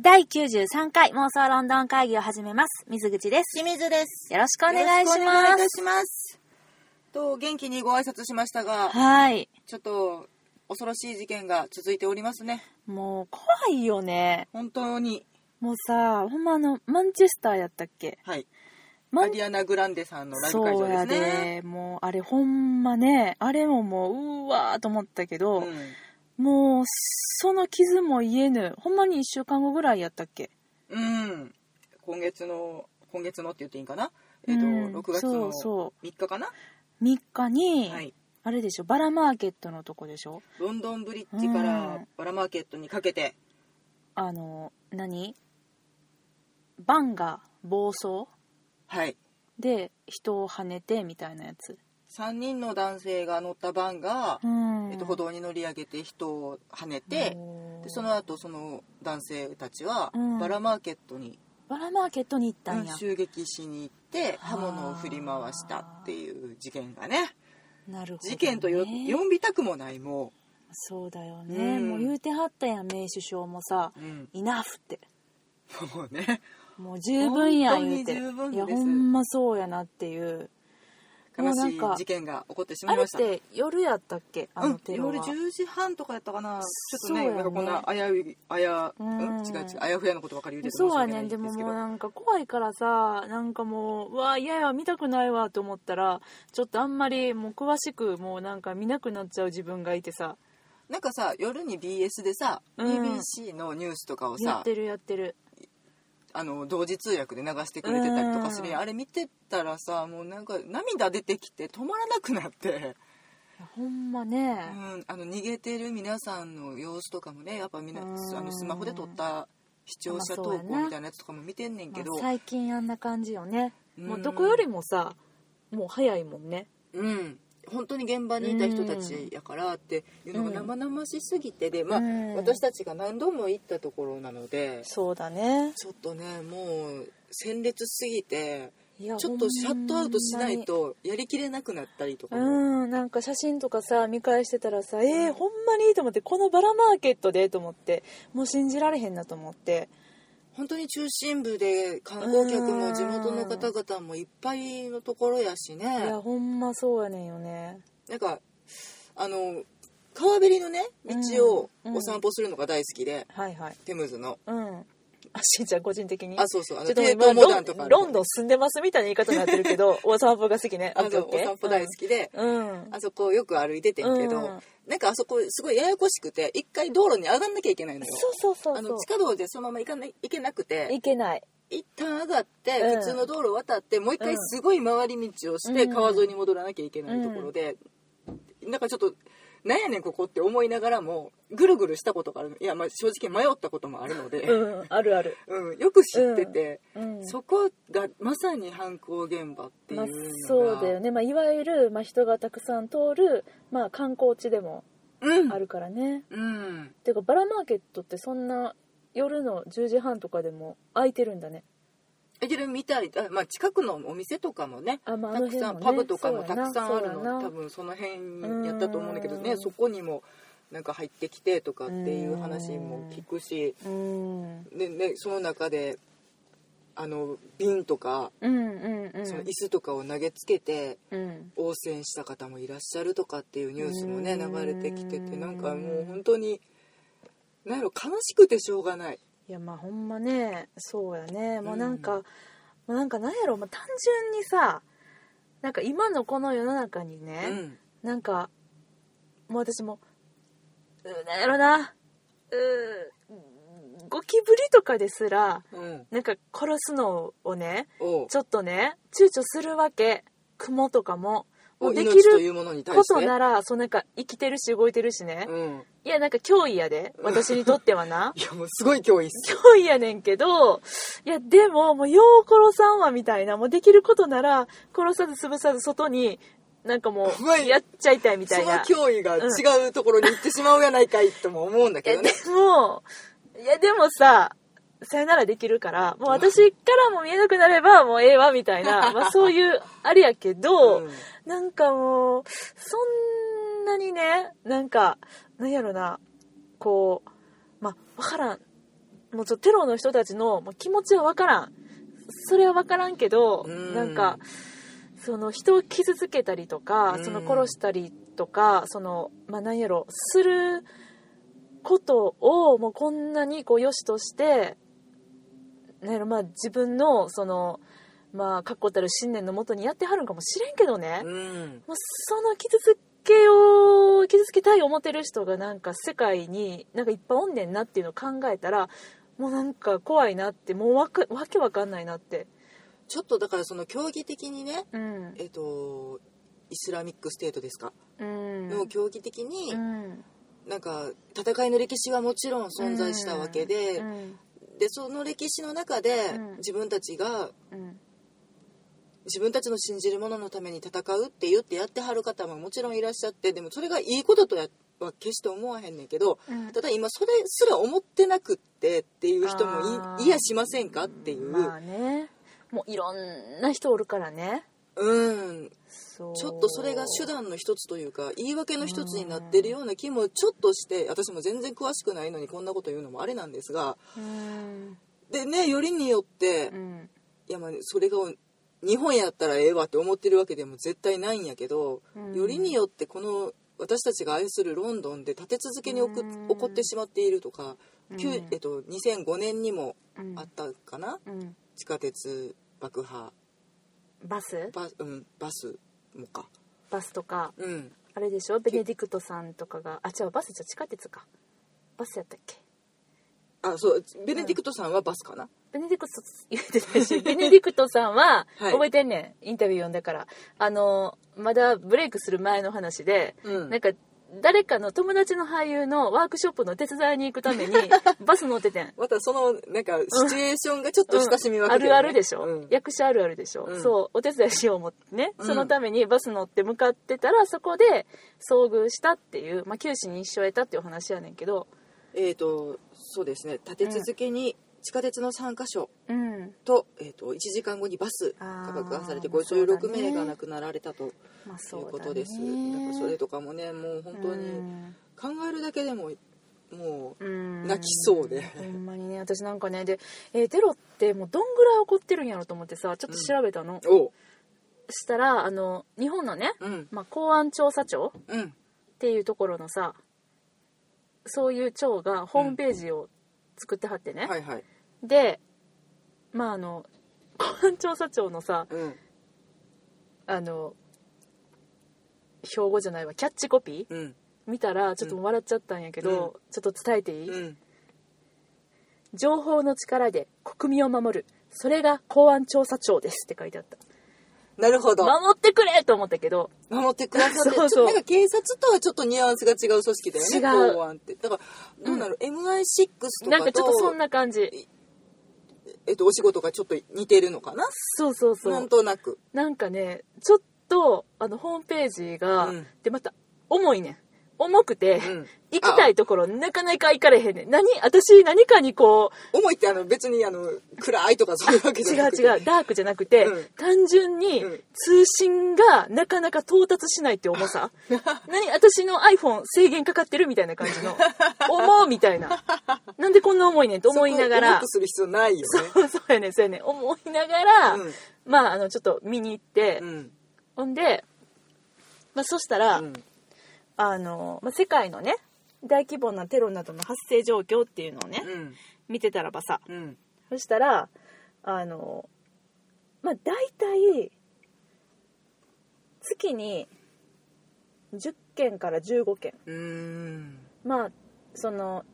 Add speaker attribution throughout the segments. Speaker 1: 第93回妄想ロンドン会議を始めます。水口です。
Speaker 2: 清水です。
Speaker 1: よろしくお願いし
Speaker 2: よろくお願いい
Speaker 1: ま
Speaker 2: た
Speaker 1: す。
Speaker 2: します。と、元気にご挨拶しましたが、
Speaker 1: はい。
Speaker 2: ちょっと、恐ろしい事件が続いておりますね。
Speaker 1: もう、怖いよね。
Speaker 2: 本当に。
Speaker 1: もうさ、ほんまあの、マンチェスターやったっけ
Speaker 2: はい。
Speaker 1: マ
Speaker 2: ア
Speaker 1: ン
Speaker 2: リアナ・グランデさんのライブ会
Speaker 1: そうや
Speaker 2: 場ですね。
Speaker 1: で、もう、あれほんまね、あれももう、うーわーと思ったけど、もう、その傷も言えぬ、ほんまに1週間後ぐらいやったっけ
Speaker 2: うん。うん。今月の、今月のって言っていいんかなえっ、と、
Speaker 1: うん
Speaker 2: 6月
Speaker 1: そ
Speaker 2: の
Speaker 1: うそ
Speaker 2: 3日かな
Speaker 1: う。3日に、
Speaker 2: はい。
Speaker 1: あれでしょ、バラマーケットのとこでしょ
Speaker 2: ロンドンブリッジか
Speaker 1: う
Speaker 2: ら
Speaker 1: ん
Speaker 2: バラマーケットにかけて、
Speaker 1: あの、何バンが暴走
Speaker 2: はい。
Speaker 1: で人を跳ねてみたいなやつ、
Speaker 2: 3人の男性が乗ったバンが、
Speaker 1: うん
Speaker 2: えっと、歩道に乗り上げて人を跳ねて、でそ
Speaker 1: の
Speaker 2: の後その男性たちは
Speaker 1: うん
Speaker 2: バラマーケットに
Speaker 1: バラマーケットに行ったんや、
Speaker 2: 襲撃しに行って
Speaker 1: あー
Speaker 2: 刃物を振り回したっていう事件がね
Speaker 1: なるほどね、
Speaker 2: 事件とよ呼びたくもないも
Speaker 1: そうだよね、
Speaker 2: うん
Speaker 1: もう言うてはったやん名首相もさ
Speaker 2: う、うん
Speaker 1: 「イナフ」って
Speaker 2: もうね
Speaker 1: もう十分や言うて
Speaker 2: 本当に十分
Speaker 1: いや
Speaker 2: です
Speaker 1: ほんまそうやなっていうも
Speaker 2: 悲
Speaker 1: うな
Speaker 2: し
Speaker 1: ん
Speaker 2: い
Speaker 1: か
Speaker 2: 事件が起こってしま
Speaker 1: あ
Speaker 2: い
Speaker 1: れっ
Speaker 2: ました
Speaker 1: て夜やったっけあ
Speaker 2: うん
Speaker 1: の、テロは、
Speaker 2: 夜10時半とかやったかなちょっとね
Speaker 1: そうやね
Speaker 2: なんかこんな危ういあや、
Speaker 1: う
Speaker 2: う
Speaker 1: ん
Speaker 2: ん、違う違うあやふやのことばかり言うてて申
Speaker 1: そう
Speaker 2: し
Speaker 1: や
Speaker 2: 訳な
Speaker 1: ね
Speaker 2: い
Speaker 1: ん
Speaker 2: ん
Speaker 1: で
Speaker 2: で
Speaker 1: も
Speaker 2: すけ
Speaker 1: も
Speaker 2: ど
Speaker 1: うなんか怖いからさなんかもううわあ嫌や見たくないわと思ったらちょっとあんまりもう詳しくもうなんか見なくなっちゃう自分がいてさ
Speaker 2: なんかさ夜に BS でさ、
Speaker 1: うん
Speaker 2: BBC のニュースとかを
Speaker 1: や
Speaker 2: さ
Speaker 1: ってるやってる
Speaker 2: あの同時通訳で流してくれてたりとかするやん
Speaker 1: うん
Speaker 2: あれ見てたらさもうなんか涙出てきて止まらなくなって、
Speaker 1: いやほんま
Speaker 2: う
Speaker 1: ね、
Speaker 2: ん、あの逃げてる皆さんの様子とかもねやっぱみんな
Speaker 1: うん
Speaker 2: あのスマホで撮った視聴者投
Speaker 1: まあそうや
Speaker 2: 稿
Speaker 1: な
Speaker 2: みたいなやつとかも見てんねん
Speaker 1: ま
Speaker 2: け
Speaker 1: あ
Speaker 2: ど、
Speaker 1: 最近あんな感じよね、
Speaker 2: うん
Speaker 1: もうどこよりもさもう早いもんね
Speaker 2: うん本当に現場にいた人たちやからっていうのが生々しすぎてで、まあ
Speaker 1: うん
Speaker 2: 私たちが何度も行ったところなので
Speaker 1: そうだね
Speaker 2: ちょっとねもう鮮烈すぎて
Speaker 1: いや
Speaker 2: ちょっとシャットアウトしないとやりきれなくなったりとか
Speaker 1: ほん
Speaker 2: も
Speaker 1: まにうんなんか写真とかさ見返してたらさえー、ほんまにと思ってこのバラマーケットでと思ってもう信じられへんなと思って
Speaker 2: 本当に中心部で観光客も地元の方々もいっぱいのところやし
Speaker 1: い
Speaker 2: ね
Speaker 1: やほんまそうやねんよね
Speaker 2: なんかあの川べりのね道を
Speaker 1: うん
Speaker 2: お散歩するのが大好きで、
Speaker 1: はいはい
Speaker 2: テムズの
Speaker 1: うん あしんちゃん個人的に
Speaker 2: あそうそうあ
Speaker 1: ちょっ
Speaker 2: の
Speaker 1: と
Speaker 2: テー
Speaker 1: 今
Speaker 2: プモダンと
Speaker 1: ロ
Speaker 2: か
Speaker 1: ンロンドン住んでますみたいな言い方になってるけ どお散歩が好きね
Speaker 2: あ
Speaker 1: オッケー
Speaker 2: の
Speaker 1: オッ
Speaker 2: お
Speaker 1: ケー
Speaker 2: 散歩大好きで、
Speaker 1: うん
Speaker 2: あそこよく歩いててんけど、
Speaker 1: うん
Speaker 2: なんかあそこすごいややこしくて一回道路に上がんなきゃいけないのよ
Speaker 1: そうそうそう
Speaker 2: あ
Speaker 1: そ
Speaker 2: の
Speaker 1: う
Speaker 2: 地下道でそのまま行かない行けなくて
Speaker 1: いけない
Speaker 2: 一旦上がって
Speaker 1: うん
Speaker 2: 普通の道路を渡ってもう
Speaker 1: う
Speaker 2: 一回
Speaker 1: ん
Speaker 2: すごい回り道をし
Speaker 1: う
Speaker 2: て
Speaker 1: ん
Speaker 2: 川沿いに戻らなきゃいけないところでなんかちょっとなんやねんここって思いながらもぐるぐるしたことがあるのいやまあ正直迷ったこともあるので、
Speaker 1: うんあるある、
Speaker 2: うん、よく知ってて、
Speaker 1: うん
Speaker 2: そこがまさに犯行現場っていう
Speaker 1: まあ
Speaker 2: のが、、
Speaker 1: そうだよね、まあ、いわゆる、まあ、人がたくさん通る、まあ、観光地でも
Speaker 2: うん
Speaker 1: あるからね、
Speaker 2: うん
Speaker 1: ていうかバラマーケットってそんな夜の10時半とかでも空いてるんだね
Speaker 2: いけるみたいあ、まあ、近くのお店とかもね
Speaker 1: あまああ
Speaker 2: た
Speaker 1: の
Speaker 2: く
Speaker 1: 辺
Speaker 2: さ
Speaker 1: も、
Speaker 2: ん、
Speaker 1: ね、
Speaker 2: パブとかも
Speaker 1: そうや
Speaker 2: た
Speaker 1: な
Speaker 2: くさんあ
Speaker 1: そ
Speaker 2: る
Speaker 1: うやな
Speaker 2: の多分その辺やったと思うんだけど
Speaker 1: う
Speaker 2: ね
Speaker 1: ん
Speaker 2: そこにもなんか入ってきてとかっていう話も聞くし
Speaker 1: うん
Speaker 2: で、ね、その中であの瓶とか
Speaker 1: うんうんうん
Speaker 2: その椅子とかを投げつけて
Speaker 1: うん
Speaker 2: 応戦した方もいらっしゃるとかっていうニュースもね
Speaker 1: う
Speaker 2: 流
Speaker 1: ん
Speaker 2: れてきててなんかもう本当になんやろ悲しくてしょうがない。
Speaker 1: いやまあほんまねそうやねもうなんか、
Speaker 2: う
Speaker 1: もうなんかなんやろ、まあ、単純にさなんか今のこの世の中にね、
Speaker 2: うん
Speaker 1: なんかもう私もうなんやろなうーゴキブリとかですら
Speaker 2: うん、
Speaker 1: なんか殺すのをね
Speaker 2: おう
Speaker 1: ちょっとね躊躇するわけクモとかもも
Speaker 2: お
Speaker 1: うで
Speaker 2: 命
Speaker 1: き
Speaker 2: と
Speaker 1: る
Speaker 2: いうものに対
Speaker 1: こ
Speaker 2: して
Speaker 1: とならそうなんか生きてるし動いてるしね、
Speaker 2: うん、
Speaker 1: いやなんか脅威やで私にとってはな
Speaker 2: いやもうすごい脅威っす
Speaker 1: 脅威やねんけどいやでももうよう殺さんわみたいなもうできることなら殺さず潰さず外になんかも
Speaker 2: うわ
Speaker 1: うやっちゃいたいみたいな
Speaker 2: その脅威が違うところに行ってしまうやないかいとも思うんだ
Speaker 1: い
Speaker 2: け
Speaker 1: や
Speaker 2: ど
Speaker 1: で
Speaker 2: ね。
Speaker 1: もいやでもささよならできるからもう私からも見えなくなればもうええわみたいな、まあ、そういうあれやけど、
Speaker 2: うん
Speaker 1: なんかもうそんなにねなんかなんやろなこうまあわからんもうちょっとテロの人たちのもう気持ちは分からんそれは分からんけど、
Speaker 2: うん
Speaker 1: なんかその人を傷つけたりとか、
Speaker 2: うん
Speaker 1: その殺したりとかその、まあ、何やろすることをもうこんなにこう良しとしてなんやろまあ自分のそのまあ確固たる信念のもとにやってはるんかもしれんけどね、
Speaker 2: うん
Speaker 1: もうその傷つけを傷つけたい思ってる人がなんか世界になんかいっぱいおんねんなっていうのを考えたらもうなんか怖いなってもうわかわけわかんないなって
Speaker 2: ちょっとだからその競技的にね
Speaker 1: うん
Speaker 2: えっとイスラミックステートですか、
Speaker 1: うん
Speaker 2: の競技的に
Speaker 1: うん
Speaker 2: なんか戦いの歴史はもちろん存在したわけで、
Speaker 1: うん
Speaker 2: でその歴史の中で
Speaker 1: うん
Speaker 2: 自分たちが
Speaker 1: うん
Speaker 2: 自分たちの信じるもののために戦うって言ってやってはる方ももちろんいらっしゃってでもそれがいいこととは決して思わへんねんけど
Speaker 1: うん
Speaker 2: ただ今それすら思ってなくってっていう人
Speaker 1: あ
Speaker 2: も
Speaker 1: ー
Speaker 2: いいやしませんかっていう、
Speaker 1: まあねもういろんな人おるからね
Speaker 2: うん
Speaker 1: そう
Speaker 2: ちょっとそれが手段の一つというか言い訳の一つになってるような気もちょっとして私も全然詳しくないのにこんなこと言うのもあれなんですが
Speaker 1: うん
Speaker 2: でねよりによって
Speaker 1: うん
Speaker 2: いやまあそれが日本やったらええわって思ってるわけでも絶対ないんやけど、
Speaker 1: うん
Speaker 2: よりによってこの私たちが愛するロンドンで立て続けに起こ
Speaker 1: うん
Speaker 2: 起こってしまっているとか、きゅう
Speaker 1: うん
Speaker 2: えっと、2005年にも
Speaker 1: うん
Speaker 2: あったかな、
Speaker 1: うん
Speaker 2: 地下鉄爆破
Speaker 1: バス
Speaker 2: バ,、うん、バスもか、
Speaker 1: バスとか
Speaker 2: うん、
Speaker 1: あれでしょベネディクトさんとかがあ違うバスじゃ地下鉄かバスやったっけ
Speaker 2: あそうベネディクトさんはバスかな、
Speaker 1: ベネディクト 言ってたしベネディクトさんは
Speaker 2: はい
Speaker 1: 覚えてんねん、インタビュー読んだからあのまだブレイクする前の話で、
Speaker 2: うん
Speaker 1: なんか誰かの友達の俳優のワークショップの手伝いに行くた めにバス乗っててん
Speaker 2: またそのなんかシチュエーションがちょっと親しみ分
Speaker 1: あ
Speaker 2: けて
Speaker 1: る
Speaker 2: ね
Speaker 1: あるでしょ、
Speaker 2: うん
Speaker 1: 役者あるあるでしょ、
Speaker 2: うん
Speaker 1: そうお手伝いしよう思ってね、
Speaker 2: うん
Speaker 1: そのためにバス乗って向かってたらそこで遭遇したっていう、まあ、九死に一生得たっていうお話やねんけど
Speaker 2: えー、とそうですね立て続けに地下鉄の3か所
Speaker 1: うん
Speaker 2: と,、えー、と1時間後にバスが爆破されて
Speaker 1: あー
Speaker 2: 56
Speaker 1: そうだ
Speaker 2: 名
Speaker 1: ね
Speaker 2: が亡くなられたと。
Speaker 1: まあ
Speaker 2: と
Speaker 1: そ
Speaker 2: いうう
Speaker 1: だ、ね、
Speaker 2: ことです。だからそれとかもね、もう本当に考えるだけでももう
Speaker 1: うん
Speaker 2: 泣きそうで
Speaker 1: ほんまにね私なんかねで、えーテロってもうどんぐらい起こってるんやろと思ってさちょっと調べたの、
Speaker 2: おう
Speaker 1: したらあの日本のね、
Speaker 2: うん
Speaker 1: まあ、公安調査庁っ
Speaker 2: うん
Speaker 1: ていうところのさそういう庁がホームページを作ってはってね、
Speaker 2: はいはい
Speaker 1: でまああの公安調査庁のさ
Speaker 2: うん
Speaker 1: あの標語じゃないわキャッチコピ
Speaker 2: うん
Speaker 1: ー見たらちょっと笑っちゃったんやけど、ちょっと伝えていい、
Speaker 2: うん
Speaker 1: 情報の力で国民を守るそれが公安調査庁ですって書いてあった
Speaker 2: なるほど
Speaker 1: 守ってくれと思ったけど
Speaker 2: 守ってくださって
Speaker 1: そうそう
Speaker 2: ちょっとなんか警察とはちょっとニュアンスが違う組織だよ
Speaker 1: 違
Speaker 2: ね
Speaker 1: う
Speaker 2: 公安ってだからどうなる、MI6 と
Speaker 1: なん
Speaker 2: か
Speaker 1: かちょっとそ
Speaker 2: と
Speaker 1: んな感じ
Speaker 2: えっとお仕事がちょっと似てるのかな
Speaker 1: そうそうそ
Speaker 2: なん
Speaker 1: う
Speaker 2: となく
Speaker 1: なんかねちょっとあのホームページが、
Speaker 2: うん
Speaker 1: でまた重いねん重くて、
Speaker 2: うん
Speaker 1: 行きたいところなかなか行かれへんねん何私何かにこう
Speaker 2: 思いってあの別にあの暗いとかそういうわけ
Speaker 1: 違
Speaker 2: じ
Speaker 1: う
Speaker 2: ゃなくて
Speaker 1: 違うダークじゃなくて、
Speaker 2: うん
Speaker 1: 単純に
Speaker 2: うん
Speaker 1: 通信がなかなか到達しないって重 さ何私の iPhone 制限かかってるみたいな感じ の重うみたいななんでこんな重いねんと思いなが
Speaker 2: そこ重
Speaker 1: ら
Speaker 2: くする必要ないよね
Speaker 1: そうそうやねんそうやねん思いながら、
Speaker 2: うん
Speaker 1: まああのちょっと見に行って、
Speaker 2: うん
Speaker 1: ほんで、まあ、そしたら、
Speaker 2: うん
Speaker 1: あのまあ、世界のね大規模なテロなどの発生状況っていうのをね、
Speaker 2: うん
Speaker 1: 見てたらばさ、
Speaker 2: うん
Speaker 1: そしたらあのまあ大体月に10件から15件
Speaker 2: うん
Speaker 1: まあその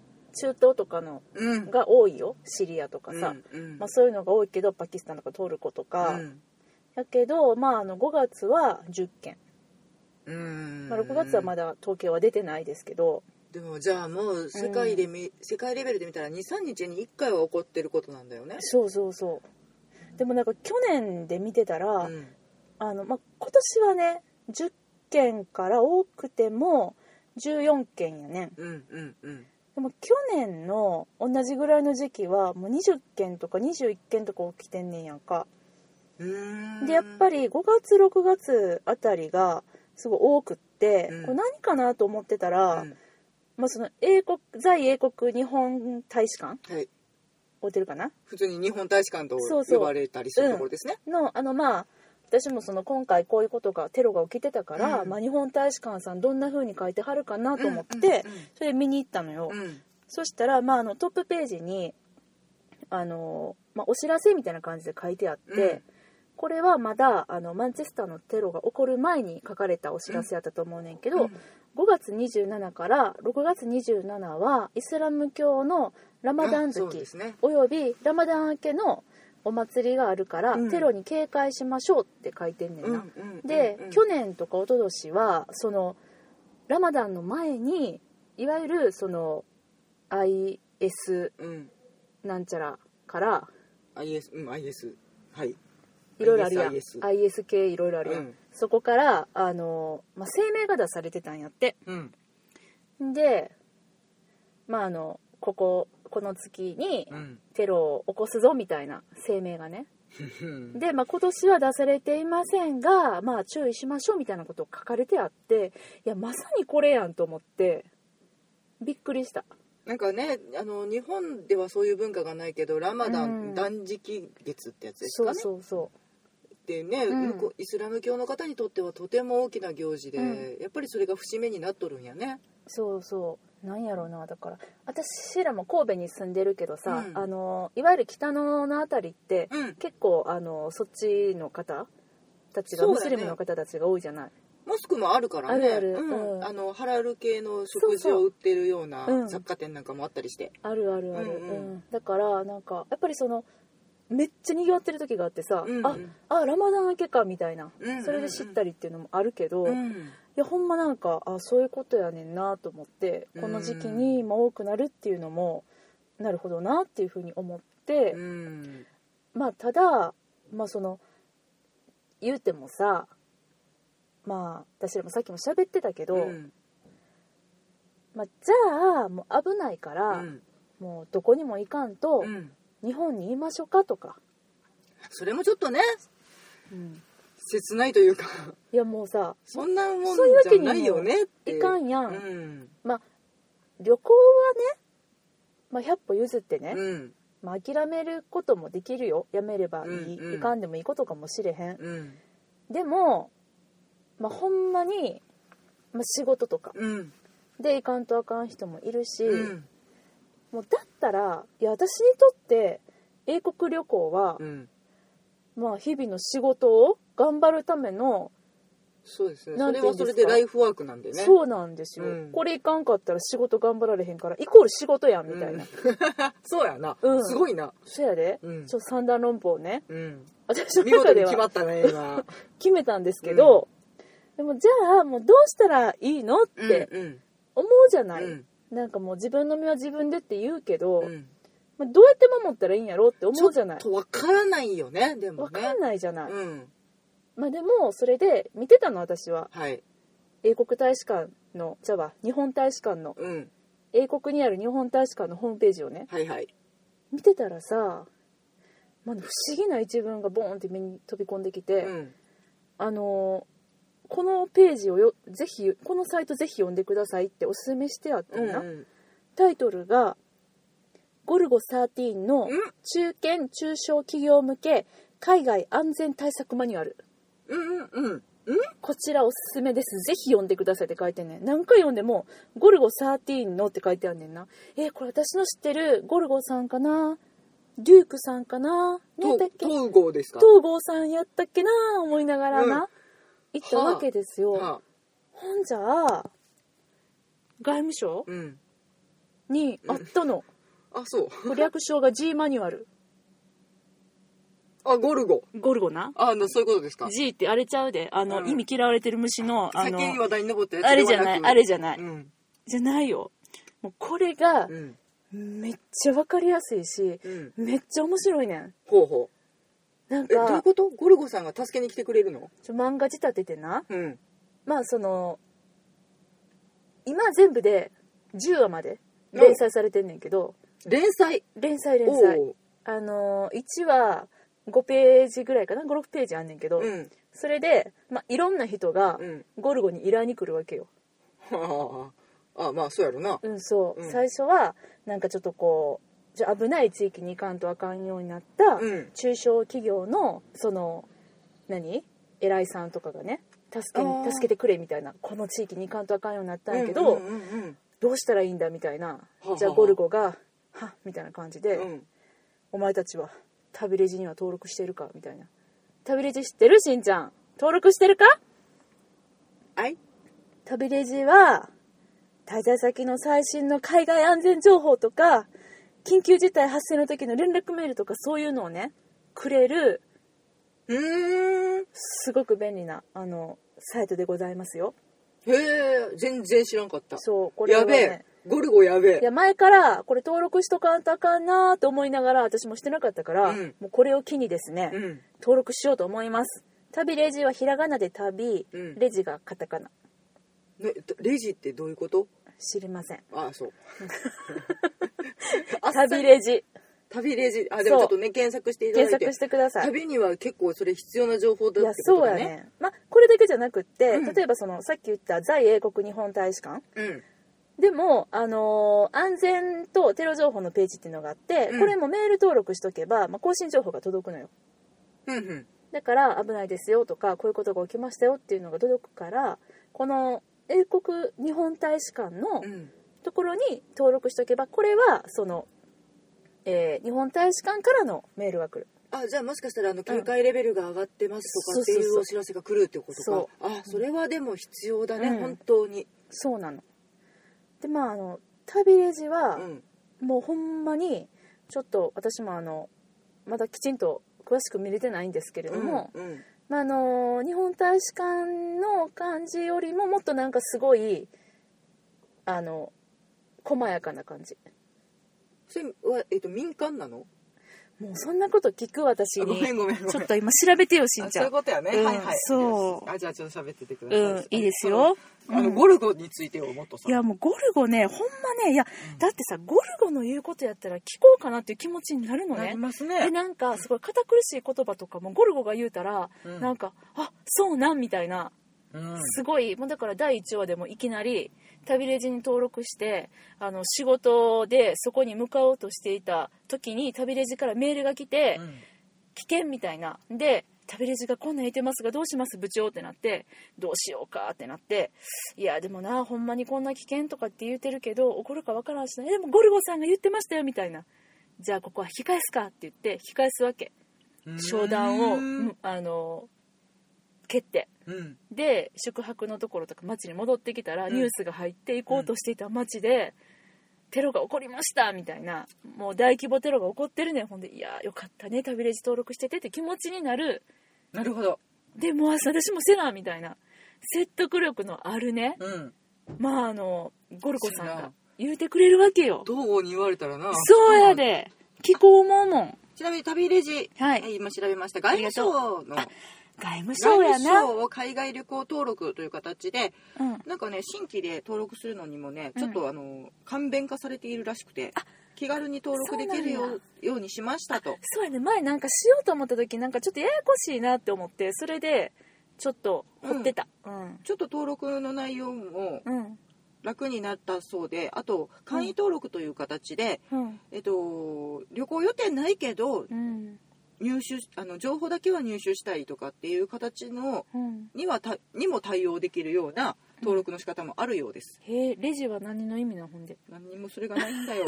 Speaker 1: 中東とかの
Speaker 2: うん
Speaker 1: が多いよシリアとかさ、
Speaker 2: うんうん
Speaker 1: まあ、そういうのが多いけどパキスタンとかトルコとか、
Speaker 2: うん
Speaker 1: やけど、まあ、あの5月は10件、
Speaker 2: うん
Speaker 1: まあ、6月はまだ統計は出てないですけど、
Speaker 2: でもじゃあもう世界でみ、世界レベルで見たら23日に1回は起こってることなんだよね。
Speaker 1: そうそうそうでもなんか去年で見てたら、
Speaker 2: うん
Speaker 1: あのまあ、今年はね10件から多くても14件やねん
Speaker 2: うんうんうん
Speaker 1: でも去年の同じぐらいの時期はもう20件とか21件とか起きてんねんやんか
Speaker 2: うーん
Speaker 1: でやっぱり5月6月あたりがすごい多くって、
Speaker 2: うん
Speaker 1: これ何かなと思ってた
Speaker 2: う
Speaker 1: ら、
Speaker 2: ん
Speaker 1: まあ、その英国在英国日本大使館
Speaker 2: はい
Speaker 1: 合ってるかな
Speaker 2: 普通に日本大使館と
Speaker 1: そうそう
Speaker 2: 呼ばれたりするところですね
Speaker 1: のあのまあ私もその今回こういうことがテロが起きてたから、
Speaker 2: うん
Speaker 1: まあ、日本大使館さんどんな風に書いてはるかなと思って、それ見に行ったのよ、
Speaker 2: うんうんうん
Speaker 1: そしたら、まあ、あのトップページにあの、まあ、お知らせみたいな感じで書いてあって、
Speaker 2: うん
Speaker 1: これはまだあのマンチェスターのテロが起こる前に書かれたお知らせやったと思うねんけど、
Speaker 2: うん
Speaker 1: 5月27から6月27はイスラム教のラマダン
Speaker 2: あそう
Speaker 1: 月、
Speaker 2: ですね
Speaker 1: およびラマダン明けのお祭りがあるから、
Speaker 2: うん
Speaker 1: テロに警戒しましょうって書いてんねんな。
Speaker 2: うんうんうん
Speaker 1: で、
Speaker 2: うん
Speaker 1: 去年とか一昨年はそのラマダンの前にいわゆるその IS
Speaker 2: うん
Speaker 1: なんちゃらから
Speaker 2: IS うん IS はい
Speaker 1: いろいろあるやん
Speaker 2: IS
Speaker 1: IS 系いろいろあるやん、
Speaker 2: うん
Speaker 1: そこからあの、まあ、声明が出されてたんやって
Speaker 2: うん
Speaker 1: でまああのこここの月に
Speaker 2: うん
Speaker 1: テロを起こすぞみたいな声明がね
Speaker 2: うん
Speaker 1: で、まあ、今年は出されていませんが、まあ、注意しましょうみたいなことを書かれてあっていやまさにこれやんと思ってびっくりした
Speaker 2: なんかねあの日本ではそういう文化がないけどラマダン、
Speaker 1: うん
Speaker 2: 断食月ってやつで
Speaker 1: そ
Speaker 2: すか
Speaker 1: う
Speaker 2: ね
Speaker 1: そうそ
Speaker 2: でね、
Speaker 1: うん
Speaker 2: 向こうイスラム教の方にとってはとても大きな行事で、
Speaker 1: う
Speaker 2: やっぱりそれが節目になっとるんやね
Speaker 1: うそうそうなんやろうなだから私らも神戸に住んでるけどさ、
Speaker 2: うん
Speaker 1: あのいわゆる北野の辺りって、
Speaker 2: うん
Speaker 1: 結構あのそっちの方たちが、
Speaker 2: そう
Speaker 1: ム
Speaker 2: だ
Speaker 1: ス
Speaker 2: ね
Speaker 1: リムの方たちが多いじゃない
Speaker 2: モスクもあるからね
Speaker 1: あるある
Speaker 2: うん
Speaker 1: うん
Speaker 2: あのハラル系の食事を売ってるような
Speaker 1: そううん
Speaker 2: 雑貨店なんかもあったりして
Speaker 1: あるあるある、
Speaker 2: うんうん
Speaker 1: うんだからなんかやっぱりそのめっちゃ賑わってる時があってさ、
Speaker 2: うんうん
Speaker 1: ああラマダン明けかみたいな、
Speaker 2: うんうんうん
Speaker 1: それで知ったりっていうのもあるけど、
Speaker 2: う
Speaker 1: い
Speaker 2: ん
Speaker 1: やほんまなんかあそういうことやねんなと思ってこの時期にまあ多くなるっていうのもなるほどなっていうふうに思って、
Speaker 2: うん
Speaker 1: まあただまあその言うてもさまあ私らもさっきも喋ってたけど、
Speaker 2: うん
Speaker 1: まあ、じゃあもう危ないから、
Speaker 2: うん
Speaker 1: もうどこにも行かんと、
Speaker 2: うん
Speaker 1: 日本にいましょうかとか、
Speaker 2: それもちょっとね
Speaker 1: うん
Speaker 2: 切ないというか
Speaker 1: いやもうさ
Speaker 2: そんなもん
Speaker 1: そういうわ
Speaker 2: じ
Speaker 1: け
Speaker 2: ゃ
Speaker 1: に
Speaker 2: ないよねっ
Speaker 1: い
Speaker 2: て
Speaker 1: かんやん、
Speaker 2: うん
Speaker 1: まあ旅行はね、まあ、100歩譲ってね、
Speaker 2: うん
Speaker 1: まあ、諦めることもできるよやめればいい、
Speaker 2: うんうん
Speaker 1: いかんでもいいことかもしれへん、
Speaker 2: うん
Speaker 1: でも、まあ、ほんまに、まあ、仕事とか
Speaker 2: うん
Speaker 1: でいかんとあかん人もいるし、
Speaker 2: うん
Speaker 1: もうだったらいや私にとって英国旅行は、
Speaker 2: うん
Speaker 1: まあ、日々の仕事を頑張るための、
Speaker 2: そうですね
Speaker 1: な
Speaker 2: そ
Speaker 1: んて
Speaker 2: れ
Speaker 1: 言うんです
Speaker 2: はそ
Speaker 1: か
Speaker 2: れでライフワークなんでね
Speaker 1: そうなんですよ、
Speaker 2: うん
Speaker 1: これいかんかったら仕事頑張られへんからイコール仕事やんみたいな、
Speaker 2: うん そうやな、
Speaker 1: うん
Speaker 2: すごいな、
Speaker 1: そやで、
Speaker 2: うん
Speaker 1: ちょっと三段論法ね
Speaker 2: うん、
Speaker 1: 私の
Speaker 2: 見事
Speaker 1: 中
Speaker 2: に
Speaker 1: で
Speaker 2: 決ま
Speaker 1: は
Speaker 2: ったね 今
Speaker 1: 決めたんですけど、でもじゃあもうどうしたらいいのっ
Speaker 2: うん
Speaker 1: て
Speaker 2: うん
Speaker 1: 思うじゃない、
Speaker 2: うん
Speaker 1: なんかもう自分の身は自分でって言うけど、
Speaker 2: うん
Speaker 1: まあ、どうやって守ったらいいんやろって思うじゃない
Speaker 2: ちょっとわからないよねでも
Speaker 1: わ
Speaker 2: ね
Speaker 1: かんないじゃない、
Speaker 2: うん
Speaker 1: まあでもそれで見てたの私は
Speaker 2: はい
Speaker 1: 英国大使館のじゃあわ日本大使館の
Speaker 2: うん
Speaker 1: 英国にある日本大使館のホームページをね
Speaker 2: はいはい
Speaker 1: 見てたらさ、まあね不思議な一文がボーンって目に飛び込んできて、
Speaker 2: うん
Speaker 1: あのーこのページをよぜひこのサイトぜひ読んでくださいっておすすめしてあった
Speaker 2: うんん
Speaker 1: だ、
Speaker 2: うん
Speaker 1: タイトルが「ゴルゴ13」の
Speaker 2: うん
Speaker 1: 中堅中小企業向け海外安全対策マニュアル
Speaker 2: うんうん
Speaker 1: こちらおすすめですぜひ読んでくださいって書いてんねん何回読んでも「ゴルゴ13の」って書いてあんねんなえーこれ私の知ってるゴルゴさんかなデュークさんかな何だっ
Speaker 2: 東
Speaker 1: け
Speaker 2: 東郷ですか
Speaker 1: 東郷さんやったっけな思いながらな、
Speaker 2: うん
Speaker 1: 行ったわけですよ、
Speaker 2: はあ
Speaker 1: ほんじゃあ外務省
Speaker 2: うん
Speaker 1: にあったの、
Speaker 2: あそう
Speaker 1: 略称が G マニュアル
Speaker 2: あゴルゴ
Speaker 1: ゴルゴな
Speaker 2: あのそういうことですか
Speaker 1: G ってあれちゃうであの、
Speaker 2: うん
Speaker 1: 意味嫌われてる虫のあ
Speaker 2: 先
Speaker 1: の
Speaker 2: に話題に上ったやつ
Speaker 1: あれじゃないあれじゃない、
Speaker 2: うん
Speaker 1: じゃないよもうこれが
Speaker 2: うん
Speaker 1: めっちゃ分かりやすいし
Speaker 2: うん
Speaker 1: めっちゃ面白いねん
Speaker 2: ほうほう
Speaker 1: なん
Speaker 2: えどうい
Speaker 1: か
Speaker 2: うことゴルゴさんが助けに来てくれるの
Speaker 1: ちょ漫画仕立ててな
Speaker 2: うん
Speaker 1: まあその今全部で10話まで連載されてんねんけど
Speaker 2: 連載
Speaker 1: 連載連載
Speaker 2: おう
Speaker 1: あの1話5ページぐらいかな56ページあんねんけど、
Speaker 2: うん
Speaker 1: それで、まあ、いろんな人が
Speaker 2: うん
Speaker 1: ゴルゴに依頼に来るわけよ、
Speaker 2: はああまあそうやろな
Speaker 1: うんそう、
Speaker 2: うん
Speaker 1: 最初はなんかちょっとこうじゃあ危ない地域に行かんとあかんようになった
Speaker 2: うん
Speaker 1: 中小企業のその何偉いさんとかがね助け
Speaker 2: あー
Speaker 1: に助けてくれみたいなこの地域に行かんとあかんようになったんやけど、
Speaker 2: うんうんうん
Speaker 1: どうしたらいいんだみたいな
Speaker 2: あはあ
Speaker 1: じゃあゴルゴが「はっ」みたいな感じで、
Speaker 2: うんうん
Speaker 1: お前たちは旅レジには登録してるか?」みたいな「旅レジ知ってるしんちゃん登録してるか?」
Speaker 2: はい
Speaker 1: 旅レジは滞在先の最新の海外安全情報とか緊急事態発生の時の連絡メールとかそういうのをねくれる
Speaker 2: うーん
Speaker 1: すごく便利なあのサイトでございますよ
Speaker 2: へえ全然知らんかった
Speaker 1: そうこれは、
Speaker 2: や
Speaker 1: ね、
Speaker 2: べえゴルゴやべ
Speaker 1: いや
Speaker 2: え
Speaker 1: 前からこれ登録しとかんとあかんなと思いながら私もしてなかったから、
Speaker 2: うん
Speaker 1: もうこれを機にですね、
Speaker 2: うん
Speaker 1: 登録しようと思います旅レジはひらがなで旅、
Speaker 2: うん
Speaker 1: レジがカタカナ
Speaker 2: ねレジってどういうこと
Speaker 1: 知りません
Speaker 2: ああそう
Speaker 1: 旅レジ
Speaker 2: 旅レジあでもちょっとね検索していただい
Speaker 1: 検
Speaker 2: て
Speaker 1: 索してください
Speaker 2: 旅には結構それ必要な情報だ
Speaker 1: い
Speaker 2: っ
Speaker 1: や
Speaker 2: てこと
Speaker 1: そう
Speaker 2: だ
Speaker 1: や
Speaker 2: ね
Speaker 1: ね、まあ、これだけじゃなくって、
Speaker 2: うん
Speaker 1: 例えばそのさっき言った在英国日本大使館
Speaker 2: うん
Speaker 1: でも、あのー安全とテロ情報のページっていうのがあって、
Speaker 2: うん
Speaker 1: これもメール登録しとけば、まあ、更新情報が届くのよ
Speaker 2: うんうん
Speaker 1: だから危ないですよとかこういうことが起きましたよっていうのが届くからこの英国日本大使館の
Speaker 2: うん
Speaker 1: ところに登録しとけばこれはその、えー日本大使館からのメールが来る
Speaker 2: あじゃあもしかしたらあの警戒レベルが上がってますとかって
Speaker 1: そうそう
Speaker 2: い
Speaker 1: そうう
Speaker 2: お知らせが来るってことか
Speaker 1: そ
Speaker 2: あそれはでも必要だね、
Speaker 1: うん
Speaker 2: 本当に
Speaker 1: そうなのでまああの旅レジは、
Speaker 2: うん
Speaker 1: もうほんまにちょっと私もあのまだきちんと詳しく見れてないんですけれども、
Speaker 2: うんうん
Speaker 1: まあ、あの日本大使館の感じよりももっとなんかすごいあの細やかな感じ
Speaker 2: それは、えっと民間なの
Speaker 1: もうそんなこと聞く私
Speaker 2: あご
Speaker 1: に
Speaker 2: めんごめんごめん
Speaker 1: ちょっと今調べてよしん
Speaker 2: あ
Speaker 1: ち
Speaker 2: そう
Speaker 1: ゃ
Speaker 2: いうんことやね、
Speaker 1: うん
Speaker 2: はいはい
Speaker 1: そう
Speaker 2: よしあじゃあちょっと喋っててください、
Speaker 1: うんいいですよ
Speaker 2: あのあの
Speaker 1: うん
Speaker 2: ゴルゴについてをもっとさ
Speaker 1: いやもうゴルゴねほんまねいやだってさゴルゴの言うことやったら聞こうかなっていう気持ちになるの
Speaker 2: な
Speaker 1: ね
Speaker 2: りますね
Speaker 1: でなんかすごい堅苦しい言葉とかもゴルゴが言うたら、
Speaker 2: うん
Speaker 1: なんかあそうなんみたいな
Speaker 2: うん
Speaker 1: すごいもうだから第1話でもいきなり旅レジに登録してあの仕事でそこに向かおうとしていた時に旅レジからメールが来て、
Speaker 2: うん
Speaker 1: 危険みたいなで旅レジがこんなん言ってますがどうします部長ってなってどうしようかってなっていやでもなほんまにこんな危険とかって言うてるけど怒るかわからんしなえでもゴルゴさんが言ってましたよみたいなじゃあここは引き返すかって言って引き返すわけ商談を、
Speaker 2: うん
Speaker 1: むあの蹴って
Speaker 2: うん
Speaker 1: で宿泊のところとか町に戻ってきたら、
Speaker 2: うん
Speaker 1: ニュースが入って行こうとしていた町で、テロが起こりましたみたいなもう大規模テロが起こってるねんほんでいやーよかったね旅レジ登録しててって気持ちになる
Speaker 2: なるほど
Speaker 1: でもう私もせなみたいな説得力のあるね、
Speaker 2: うん
Speaker 1: まああのゴルゴさん
Speaker 2: せ
Speaker 1: が
Speaker 2: な
Speaker 1: 言うてくれるわけよ
Speaker 2: 道後に言われたらな
Speaker 1: そうやで気候もうもん
Speaker 2: ちなみに旅レジ、
Speaker 1: はい
Speaker 2: 今調べました外務省の
Speaker 1: 外務省
Speaker 2: 外
Speaker 1: や
Speaker 2: 務
Speaker 1: な
Speaker 2: 省を海外旅行登録という形で
Speaker 1: うん、
Speaker 2: なんかね新規で登録するのにもね
Speaker 1: うん
Speaker 2: ちょっとあの、簡便化されているらしくて気軽に登録できるよ
Speaker 1: そうなん
Speaker 2: うようにしましたと
Speaker 1: そうやね前なんかしようと思った時なんかちょっとややこしいなって思ってそれでちょっと掘ってたうん
Speaker 2: ちょっと登録の内容も
Speaker 1: うん
Speaker 2: 楽になったそうであと簡易登録という形で、
Speaker 1: うん
Speaker 2: えっと、旅行予定ないけど
Speaker 1: うん
Speaker 2: 入手あの情報だけは入手したいとかっていう形の
Speaker 1: うん
Speaker 2: にはたにも対応できるような登録の仕方もあるようです。
Speaker 1: へえレジは何の意味なほんで
Speaker 2: 何にもそれがないんだ よ。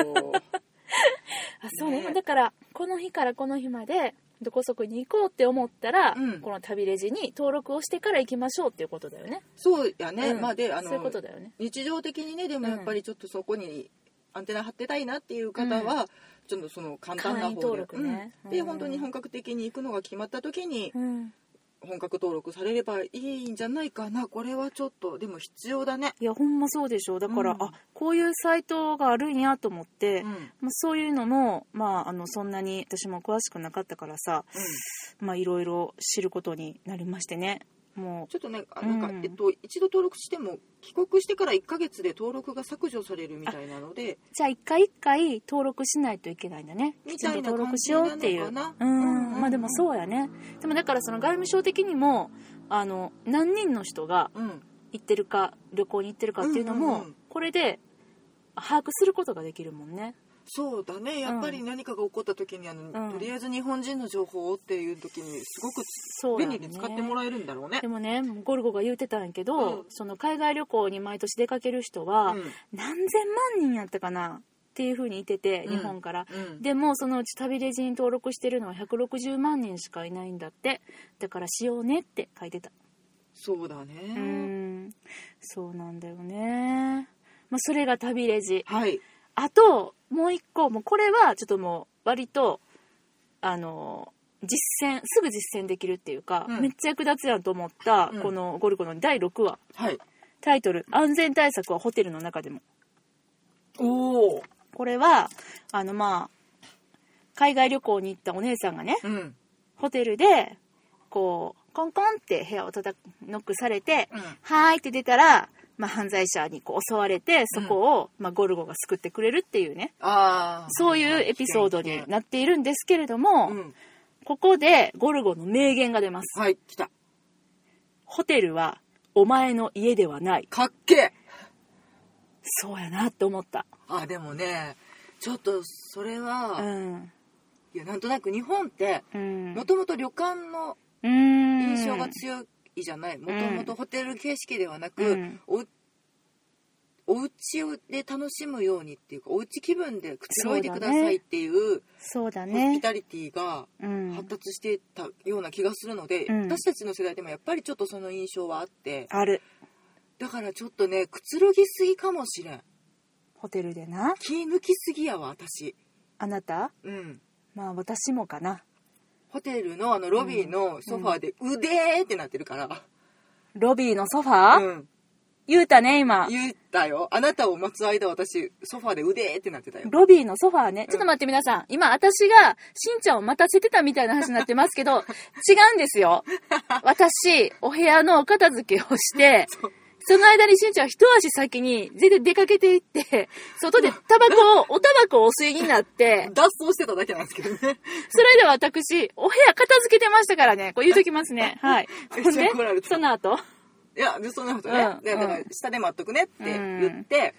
Speaker 1: あそうね
Speaker 2: ねえ
Speaker 1: だからこの日からこの日までどこそこに行こうって思ったら、
Speaker 2: うん
Speaker 1: この旅レジに登録をしてから行きましょうっていうことだよね
Speaker 2: そうやね、
Speaker 1: うん
Speaker 2: まあであの
Speaker 1: そういうことだよね
Speaker 2: 日常的にねでもやっぱりちょっとそこにアンテナ張ってたいなっていう方は、ちょっとその簡単な
Speaker 1: 会員
Speaker 2: 方で
Speaker 1: 登録ね
Speaker 2: うんで
Speaker 1: うん
Speaker 2: 本当に本格的に行くのが決まった時に
Speaker 1: うん
Speaker 2: 本格登録されればいいんじゃないかなこれはちょっとでも必要だね。
Speaker 1: いやほんまそうでしょだから、
Speaker 2: うん
Speaker 1: あこういうサイトがあるんやと思って、
Speaker 2: うんうん
Speaker 1: まあ、そういうのも、まあ、あのそんなに私も詳しくなかったからさ、まあ、いろいろ知ることになりましてねも
Speaker 2: ちょっとねあなんか、
Speaker 1: うん
Speaker 2: えっと、一度登録しても帰国してから1ヶ月で登録が削除されるみたいなので
Speaker 1: うじゃあ一回一回登録しないといけないんだね
Speaker 2: み
Speaker 1: きちん
Speaker 2: た
Speaker 1: と
Speaker 2: いな
Speaker 1: 登
Speaker 2: 感
Speaker 1: 録
Speaker 2: じ
Speaker 1: しようっていう
Speaker 2: なのか
Speaker 1: う
Speaker 2: なんうん
Speaker 1: まあでもそうやねでもだからその外務省的にもあの何人の人が
Speaker 2: うん
Speaker 1: 行ってるか旅行に行ってるかっていうのも、
Speaker 2: うんうんうん
Speaker 1: これで把握することができるもんね
Speaker 2: そうだねやっぱり何かが起こった時にあの、
Speaker 1: ん
Speaker 2: とりあえず日本人の情報をっていう時にすごく
Speaker 1: そうや
Speaker 2: 便
Speaker 1: ね
Speaker 2: 利に使ってもらえるんだろうね
Speaker 1: でもねゴルゴが言うてたんやけど、
Speaker 2: うん
Speaker 1: その海外旅行に毎年出かける人は、
Speaker 2: うん
Speaker 1: 何千万人やったかなっていうふうに言ってて
Speaker 2: うん
Speaker 1: 日本から、
Speaker 2: うん
Speaker 1: でもそのうち旅レジに登録してるのは160万人しかいないんだってだからしようねって書いてた
Speaker 2: そうだね、
Speaker 1: うんそうなんだよね、まあ、それが旅レジ
Speaker 2: はい
Speaker 1: あともう一個もうこれはちょっともう割とあの実践すぐ実践できるっていうか、
Speaker 2: うん
Speaker 1: めっちゃ役立つやんと思った、
Speaker 2: うん
Speaker 1: この「ゴルゴ」の第6話
Speaker 2: はい
Speaker 1: タイトル「安全対策はホテルの中でも
Speaker 2: おお」
Speaker 1: これはあのまあ海外旅行に行ったお姉さんがね
Speaker 2: うんうん
Speaker 1: ホテルでこうコンコンって部屋を叩くノックされて「はーい」って出たら、まあ、犯罪者にこう襲われてそこを、まあ、ゴルゴが救ってくれるっていうね
Speaker 2: ああ
Speaker 1: そういうエピソードになっているんですけれども、
Speaker 2: うん
Speaker 1: ここでゴルゴの名言が出ます。
Speaker 2: はい来た
Speaker 1: ホテルはお前の家ではない。
Speaker 2: かっけえ
Speaker 1: そうやなって思った。
Speaker 2: あでもねちょっとそれは、
Speaker 1: うん。
Speaker 2: いやなんとなく日本って
Speaker 1: うん。
Speaker 2: もともと旅館の
Speaker 1: うん
Speaker 2: 印象が強いじゃないもともとホテル形式ではなく、
Speaker 1: うん
Speaker 2: おお家をで楽しむようにっていうかお家気分でくつろいでくださいっていう
Speaker 1: そうだ
Speaker 2: ホス
Speaker 1: ね
Speaker 2: ピ。タリティが
Speaker 1: うん。
Speaker 2: 発達してたような気がするので、
Speaker 1: うん
Speaker 2: 私たちの世代でもやっぱりちょっとその印象はあって
Speaker 1: ある。
Speaker 2: だからちょっとねくつろぎすぎかもしれん
Speaker 1: ホテルでな。
Speaker 2: 気抜きすぎやわ私
Speaker 1: あなた
Speaker 2: うん
Speaker 1: まあ私もかな。
Speaker 2: ホテルのあのロビーのソファーで「うでー!」ってなってるから、
Speaker 1: ロビーのソファー、
Speaker 2: うん、
Speaker 1: 言うたね、今。
Speaker 2: 言ったよあなたを待つ間私ソファーで「うでー!」ってなってたよ
Speaker 1: ロビーのソファーね。ちょっと待って皆さん。今、私が、しんちゃんを待たせてたみたいな話になってますけど、違 うんですよ。私、お部屋のお片付けを して、その間にしんちゃんは一足先に、全然出かけていって、外でタバコを、おタバコをお吸いになって、
Speaker 2: 脱走してただけなんですけどね
Speaker 1: それでは私、お部屋片付けてましたからね。こう言うときますね。はい。ほん
Speaker 2: めっち
Speaker 1: で
Speaker 2: ゃ怒られ、た
Speaker 1: その後
Speaker 2: いやでそんなことね、
Speaker 1: うん
Speaker 2: でだか
Speaker 1: う
Speaker 2: ら
Speaker 1: ん
Speaker 2: 下で待っとくねって言って、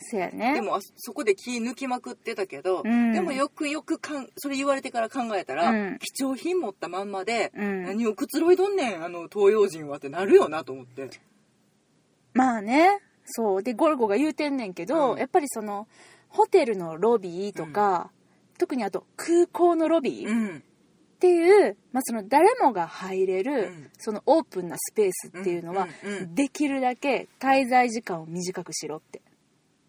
Speaker 1: そうやね。
Speaker 2: でもあそこで気抜きまくってたけど、
Speaker 1: うん
Speaker 2: でもよくよくかんそれ言われてから考えたら、
Speaker 1: うん
Speaker 2: 貴重品持ったまんまで、
Speaker 1: うん
Speaker 2: 何をくつろいどんねんあの東洋人はってなるよなと思って
Speaker 1: まあねそうでゴルゴが言うてんねんけど、
Speaker 2: うん
Speaker 1: やっぱりそのホテルのロビーとか、特にあと空港のロビーっ
Speaker 2: ん
Speaker 1: ていう、まあ、その誰もが入れる、
Speaker 2: うん
Speaker 1: そのオープンなスペースっていうのは、
Speaker 2: うんうんうん
Speaker 1: できるだけ滞在時間を短くしろって、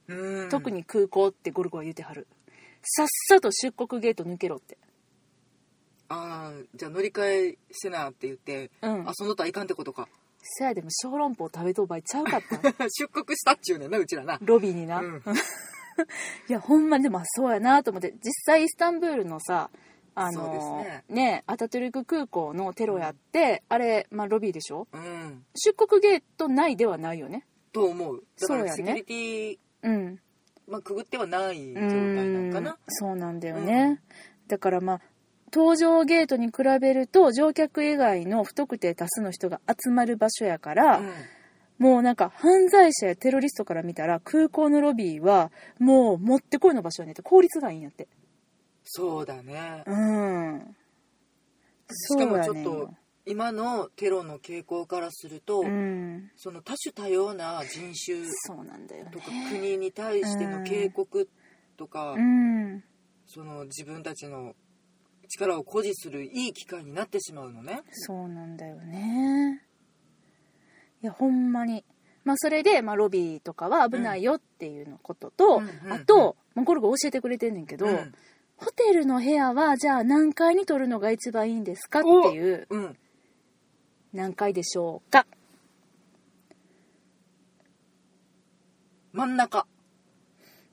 Speaker 2: うん
Speaker 1: 特に空港ってゴルゴは言うてはるさっさと出国ゲート抜けろって
Speaker 2: ああじゃあ乗り換えしてなって言って、
Speaker 1: うん
Speaker 2: 遊んどったらいかんってことか
Speaker 1: そやでも小籠包食べとう場合ちゃうかったん
Speaker 2: 出国したっちゅうねんなうちらな
Speaker 1: ロビーにな、
Speaker 2: うん
Speaker 1: いやほんまにでもそうやなと思って実際イスタンブールのさあ
Speaker 2: そうです
Speaker 1: の
Speaker 2: ね
Speaker 1: ねアタトゥルク空港のテロやって、あれ、まあ、ロビーでしょ
Speaker 2: うん
Speaker 1: 出国ゲート内ではないよね
Speaker 2: と思うだか
Speaker 1: そうやね
Speaker 2: らセキュリティ、
Speaker 1: うん
Speaker 2: まあ、くぐってはない状態なんか
Speaker 1: うん
Speaker 2: な
Speaker 1: そうなんだよね、だからまあ搭乗ゲートに比べると乗客以外の不特定多数の人が集まる場所やから、
Speaker 2: うん
Speaker 1: もうなんか犯罪者やテロリストから見たら空港のロビーはもうもってこいの場所やねんって効率がいいんやって
Speaker 2: そうだね
Speaker 1: うん
Speaker 2: しかもち
Speaker 1: そうや
Speaker 2: ょ
Speaker 1: ねん
Speaker 2: っ
Speaker 1: よ
Speaker 2: と今のテロの傾向からすると、
Speaker 1: うん、
Speaker 2: その多種多様な人種
Speaker 1: そうなんだよね
Speaker 2: とか国に対しての警告とか、
Speaker 1: うん
Speaker 2: その自分たちの力を誇示するいい機会になってしまうのね。
Speaker 1: そうなんだよねいやほんまにまあそれで、まあ、ロビーとかは危ないよっていうのことと、
Speaker 2: うんうんうん
Speaker 1: あと、まあ、ゴルゴ教えてくれてんねんけど、
Speaker 2: うん
Speaker 1: ホテルの部屋はじゃあ何階に取るのが一番いいんですかっていう
Speaker 2: うん、
Speaker 1: 何階でしょうか
Speaker 2: 真ん中。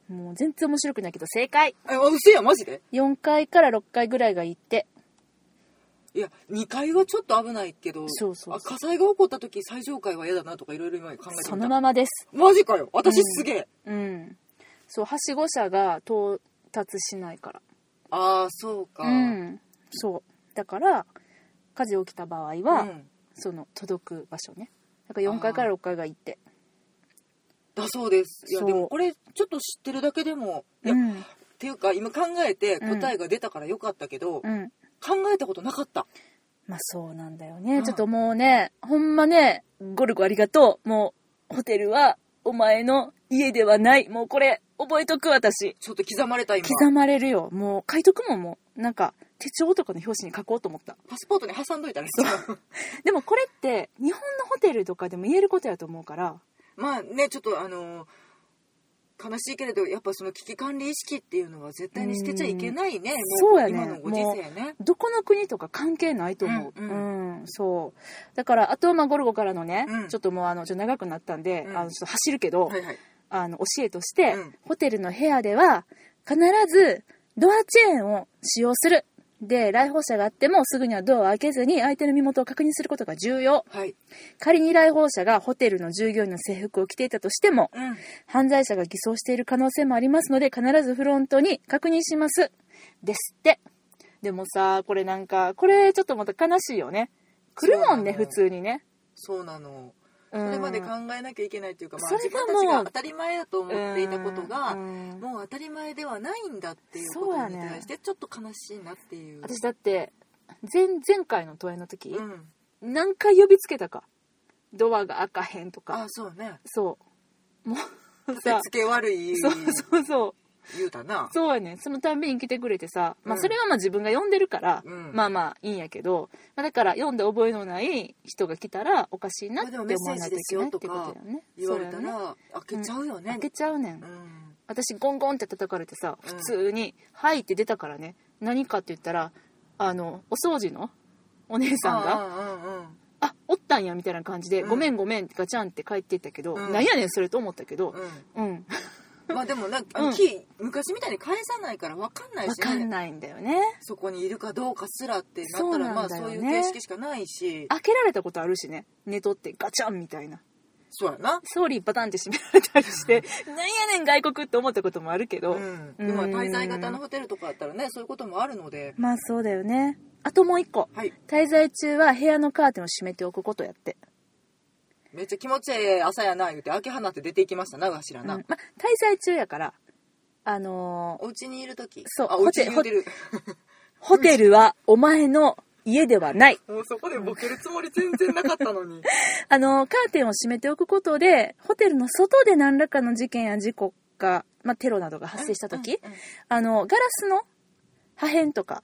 Speaker 1: もう全然面白くないけど正解
Speaker 2: え、あ嘘やマジで。
Speaker 1: 4階から6階ぐらいがいいって
Speaker 2: いや2階はちょっと危ないけど、
Speaker 1: そうそう
Speaker 2: あ火災が起こった時最上階は嫌だなとかいろいろ今考えてみた。
Speaker 1: そのままです
Speaker 2: マジかよ。私すげえ。
Speaker 1: うんそうはしご車が到達しないから
Speaker 2: ああそうか。
Speaker 1: うん、そうだから火事起きた場合は、
Speaker 2: うん
Speaker 1: その届く場所ねだから4階から6階が行って
Speaker 2: だそうですいや
Speaker 1: そう
Speaker 2: でもこれちょっと知ってるだけでもいや、
Speaker 1: うん
Speaker 2: ていうか今考えて答えが出たからよかったけど、
Speaker 1: うん。
Speaker 2: 考えたことなかった
Speaker 1: まあそうなんだよ
Speaker 2: う
Speaker 1: ね。
Speaker 2: ん
Speaker 1: ちょっともうね、ほんまね、ゴルゴありがとう。もう、ホテルはお前の家ではない。もうこれ、覚えとく私。
Speaker 2: ちょっと刻まれた今
Speaker 1: 刻まれるよ。もう、書いとくもんもう。なんか、手帳とかの表紙に書こうと思った。
Speaker 2: パスポートに挟んどいたらさ
Speaker 1: でもこれって、日本のホテルとかでも言えることやと思うから、
Speaker 2: まあねちょっとあの悲しいけれどやっぱその危機管理意識っていうのは絶対に捨てちゃいけないね、
Speaker 1: うんそ
Speaker 2: も
Speaker 1: うやね
Speaker 2: 今のご時世ね
Speaker 1: どこの国とか関係ないと思う。
Speaker 2: う
Speaker 1: うんん、
Speaker 2: う
Speaker 1: そう。だから、あと、まあ、ゴルゴからのね、
Speaker 2: うん
Speaker 1: ちょっともう、あの、ちょっと長くなったんで、
Speaker 2: うん
Speaker 1: あの、ちょっと走るけど、
Speaker 2: はいはい
Speaker 1: あの、教えとして、
Speaker 2: うん
Speaker 1: ホテルの部屋では、必ず、ドアチェーンを使用する。で、来訪者があっても、すぐにはドアを開けずに、相手の身元を確認することが重要。
Speaker 2: はい
Speaker 1: 仮に来訪者がホテルの従業員の制服を着ていたとしても、
Speaker 2: うん
Speaker 1: 犯罪者が偽装している可能性もありますので、必ずフロントに確認します。ですって。でもさ、これなんか、これちょっとまた悲しいよね。来るもんね、
Speaker 2: そうなの
Speaker 1: 普通にね。
Speaker 2: そうなの
Speaker 1: そ
Speaker 2: それまで考えなきゃいけないというか、まあ、
Speaker 1: それ
Speaker 2: 自
Speaker 1: が
Speaker 2: 分たち
Speaker 1: も
Speaker 2: が
Speaker 1: う
Speaker 2: 当たり前だと思っていたことが、
Speaker 1: うん
Speaker 2: もう当たり前ではないんだっていう
Speaker 1: そ
Speaker 2: こ
Speaker 1: う
Speaker 2: と
Speaker 1: や
Speaker 2: に
Speaker 1: ね
Speaker 2: 対してちょっと悲しいなっていう。
Speaker 1: 私だって前前回の都営の時、
Speaker 2: うん、
Speaker 1: 何回呼びつけたかドアが開かへんと
Speaker 2: あ
Speaker 1: か
Speaker 2: そうね
Speaker 1: そうも う
Speaker 2: 立て
Speaker 1: さ
Speaker 2: 付け悪い
Speaker 1: そうそうそう
Speaker 2: 言うたな
Speaker 1: そうやねそのたんびに来てくれてさ、ま
Speaker 2: う
Speaker 1: あ、
Speaker 2: ん
Speaker 1: それはまあ自分が呼んでるから、
Speaker 2: うん
Speaker 1: まあまあいいんやけど、まあ、だから呼んで覚えのない人が来たらおかしいなって思わないといけないってことだよね
Speaker 2: 言われた
Speaker 1: そうやね
Speaker 2: ら、開けちゃうよね
Speaker 1: 開けちゃうねん、
Speaker 2: うん
Speaker 1: 私ゴンゴンって叩かれてさ
Speaker 2: うん
Speaker 1: 普通に「はい」って出たからね何かって言ったらあのお掃除のお姉さんが
Speaker 2: あうんうん
Speaker 1: あおったんやみたいな感じで「
Speaker 2: うん
Speaker 1: ごめんごめん」ってガチャンって帰っていったけど、
Speaker 2: うん
Speaker 1: なんやねんそれと思ったけど
Speaker 2: うんう
Speaker 1: うん
Speaker 2: んまあでもなんか、
Speaker 1: うん
Speaker 2: キー昔みたいに返さないから分かんない
Speaker 1: 分
Speaker 2: し、
Speaker 1: かん
Speaker 2: ね、
Speaker 1: ないんだよね
Speaker 2: そこにいるかどうかすらってな
Speaker 1: そ
Speaker 2: った
Speaker 1: う
Speaker 2: ら、ま
Speaker 1: な
Speaker 2: あ
Speaker 1: んだよ
Speaker 2: そう
Speaker 1: ね
Speaker 2: いう形式しかないし
Speaker 1: 開けられたことあるしね寝とってガチャンみたいな
Speaker 2: そうやな、
Speaker 1: ソーリーバタンって閉められたりして「なんやねん外国」って思ったこともあるけど、
Speaker 2: うん
Speaker 1: うん
Speaker 2: まあ滞在型のホテルとかあったらねそういうこともあるので
Speaker 1: まあそうだよねあともう一個
Speaker 2: はい
Speaker 1: 滞在中は部屋のカーテンを閉めておくことやって
Speaker 2: めっちゃ気持ちええ朝やな言うて秋花って出ていきましたな頭な、
Speaker 1: うんまあ、滞在中やから、あのー
Speaker 2: お家にいる時
Speaker 1: そう
Speaker 2: あお家にいる
Speaker 1: ホテルはお前の家ではない。
Speaker 2: もうそこでボケるつもり全然なかった のに
Speaker 1: あのーカーテンを閉めておくことで、ホテルの外で何らかの事件や事故が、まあ、テロなどが発生した時、
Speaker 2: うんうん
Speaker 1: あの、ガラスの破片とか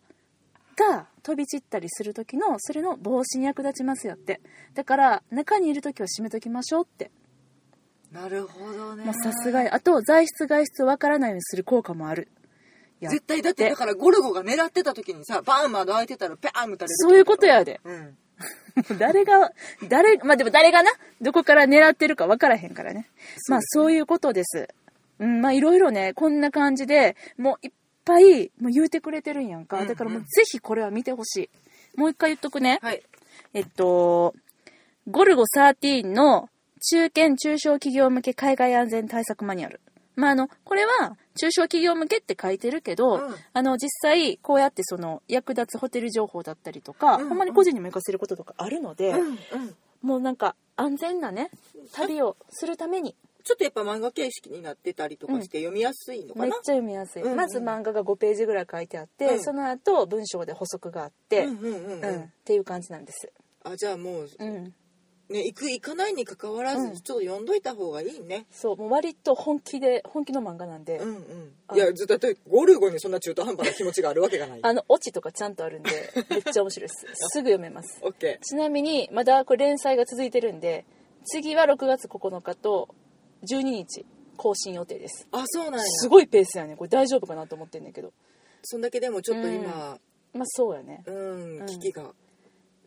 Speaker 1: が飛び散ったりする時の、それの防止に役立ちますよって。だから、中にいる時は閉めときましょうって。
Speaker 2: なるほどね
Speaker 1: もうさすがに。あと、材質外出をわからないようにする効果もある。や
Speaker 2: 絶対だってだからゴルゴが狙ってた時にさバーン窓開いてたらペアン打たれる
Speaker 1: そういうことやで。
Speaker 2: うん
Speaker 1: 誰が、誰、まあでも誰がな、どこから狙ってるか分からへんからね。まあそういうことです。うん、まあいろいろね、こんな感じで、もういっぱい、もう言うてくれてるんやん
Speaker 2: うんう
Speaker 1: か。
Speaker 2: ん
Speaker 1: だからもうぜひこれは見てほしい。もう一回言っとくね。
Speaker 2: はい
Speaker 1: えっと、ゴルゴ13の中堅中小企業向け海外安全対策マニュアル。まあ、あの、これは中小企業向けって書いてるけど、
Speaker 2: うん
Speaker 1: あの、実際こうやってその役立つホテル情報だったりとか、
Speaker 2: うんうん
Speaker 1: ほんまに個人にも活かせることとかあるので、
Speaker 2: うんうん
Speaker 1: もうなんか安全なね、旅をするために、
Speaker 2: ちょっとやっぱ漫画形式になってたりとかして読みやすいの
Speaker 1: め
Speaker 2: か
Speaker 1: っち
Speaker 2: な
Speaker 1: ゃ読みやすい。
Speaker 2: うんうん
Speaker 1: まず漫画が5ページぐらい書いてあって、
Speaker 2: うん
Speaker 1: その後文章で補足があって、
Speaker 2: うんうんうんう
Speaker 1: うんっ
Speaker 2: ん
Speaker 1: ていう感じなんです。
Speaker 2: あじゃあもう
Speaker 1: うん。
Speaker 2: ね行く行かないに関わら
Speaker 1: うん
Speaker 2: ずちょっと読んどいた方がいいね
Speaker 1: そう、もう割と本気で、本気の漫画なんで、
Speaker 2: うんうん
Speaker 1: あ
Speaker 2: いやずだってゴルゴにそんな中途半端な気持ちがあるわけがない
Speaker 1: あの、オチとかちゃんとあるんで、めっちゃ面白いです。すぐ読めます。
Speaker 2: オッケ
Speaker 1: ちなみに、まだこれ連載が続いてるんで、次は6月9日と12日更新予定です。
Speaker 2: ーあそうなんや
Speaker 1: すごいペースやね。これ大丈夫かなと思ってんだけど。
Speaker 2: そんだけでもちょっと今
Speaker 1: まあそうやね。
Speaker 2: うん、
Speaker 1: うん
Speaker 2: 危機が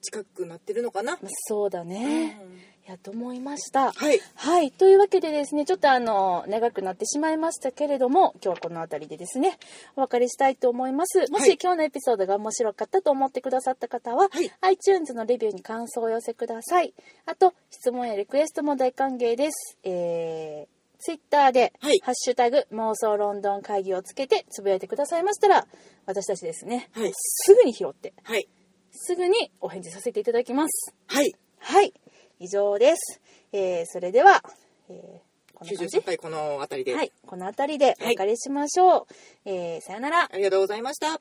Speaker 2: 近くなってるのかな、
Speaker 1: まあそうだね。
Speaker 2: うん
Speaker 1: やと思いました。
Speaker 2: はい
Speaker 1: はい。というわけでですね、ちょっとあの、長くなってしまいましたけれども、今日はこの辺りでですね、お別れしたいと思います。も
Speaker 2: は
Speaker 1: し
Speaker 2: い
Speaker 1: 今日のエピソードが面白かったと思ってくださった方は、
Speaker 2: はい
Speaker 1: iTunes のレビューに感想をお寄せください。あと、質問やリクエストも大歓迎です。えー、Twitter で、
Speaker 2: はい
Speaker 1: ハッシュタグ、妄想ロンドン会議をつけて、つぶやいてくださいましたら、私たちですね、
Speaker 2: はい
Speaker 1: すぐに拾って、
Speaker 2: はい
Speaker 1: すぐにお返事させていただきます。
Speaker 2: はい
Speaker 1: はい、以上です。えーそれでは、えーこんな感じ
Speaker 2: 93回この辺りで、
Speaker 1: はい、この辺りでお別れしましょう。えーさよなら。
Speaker 2: ありがとうございました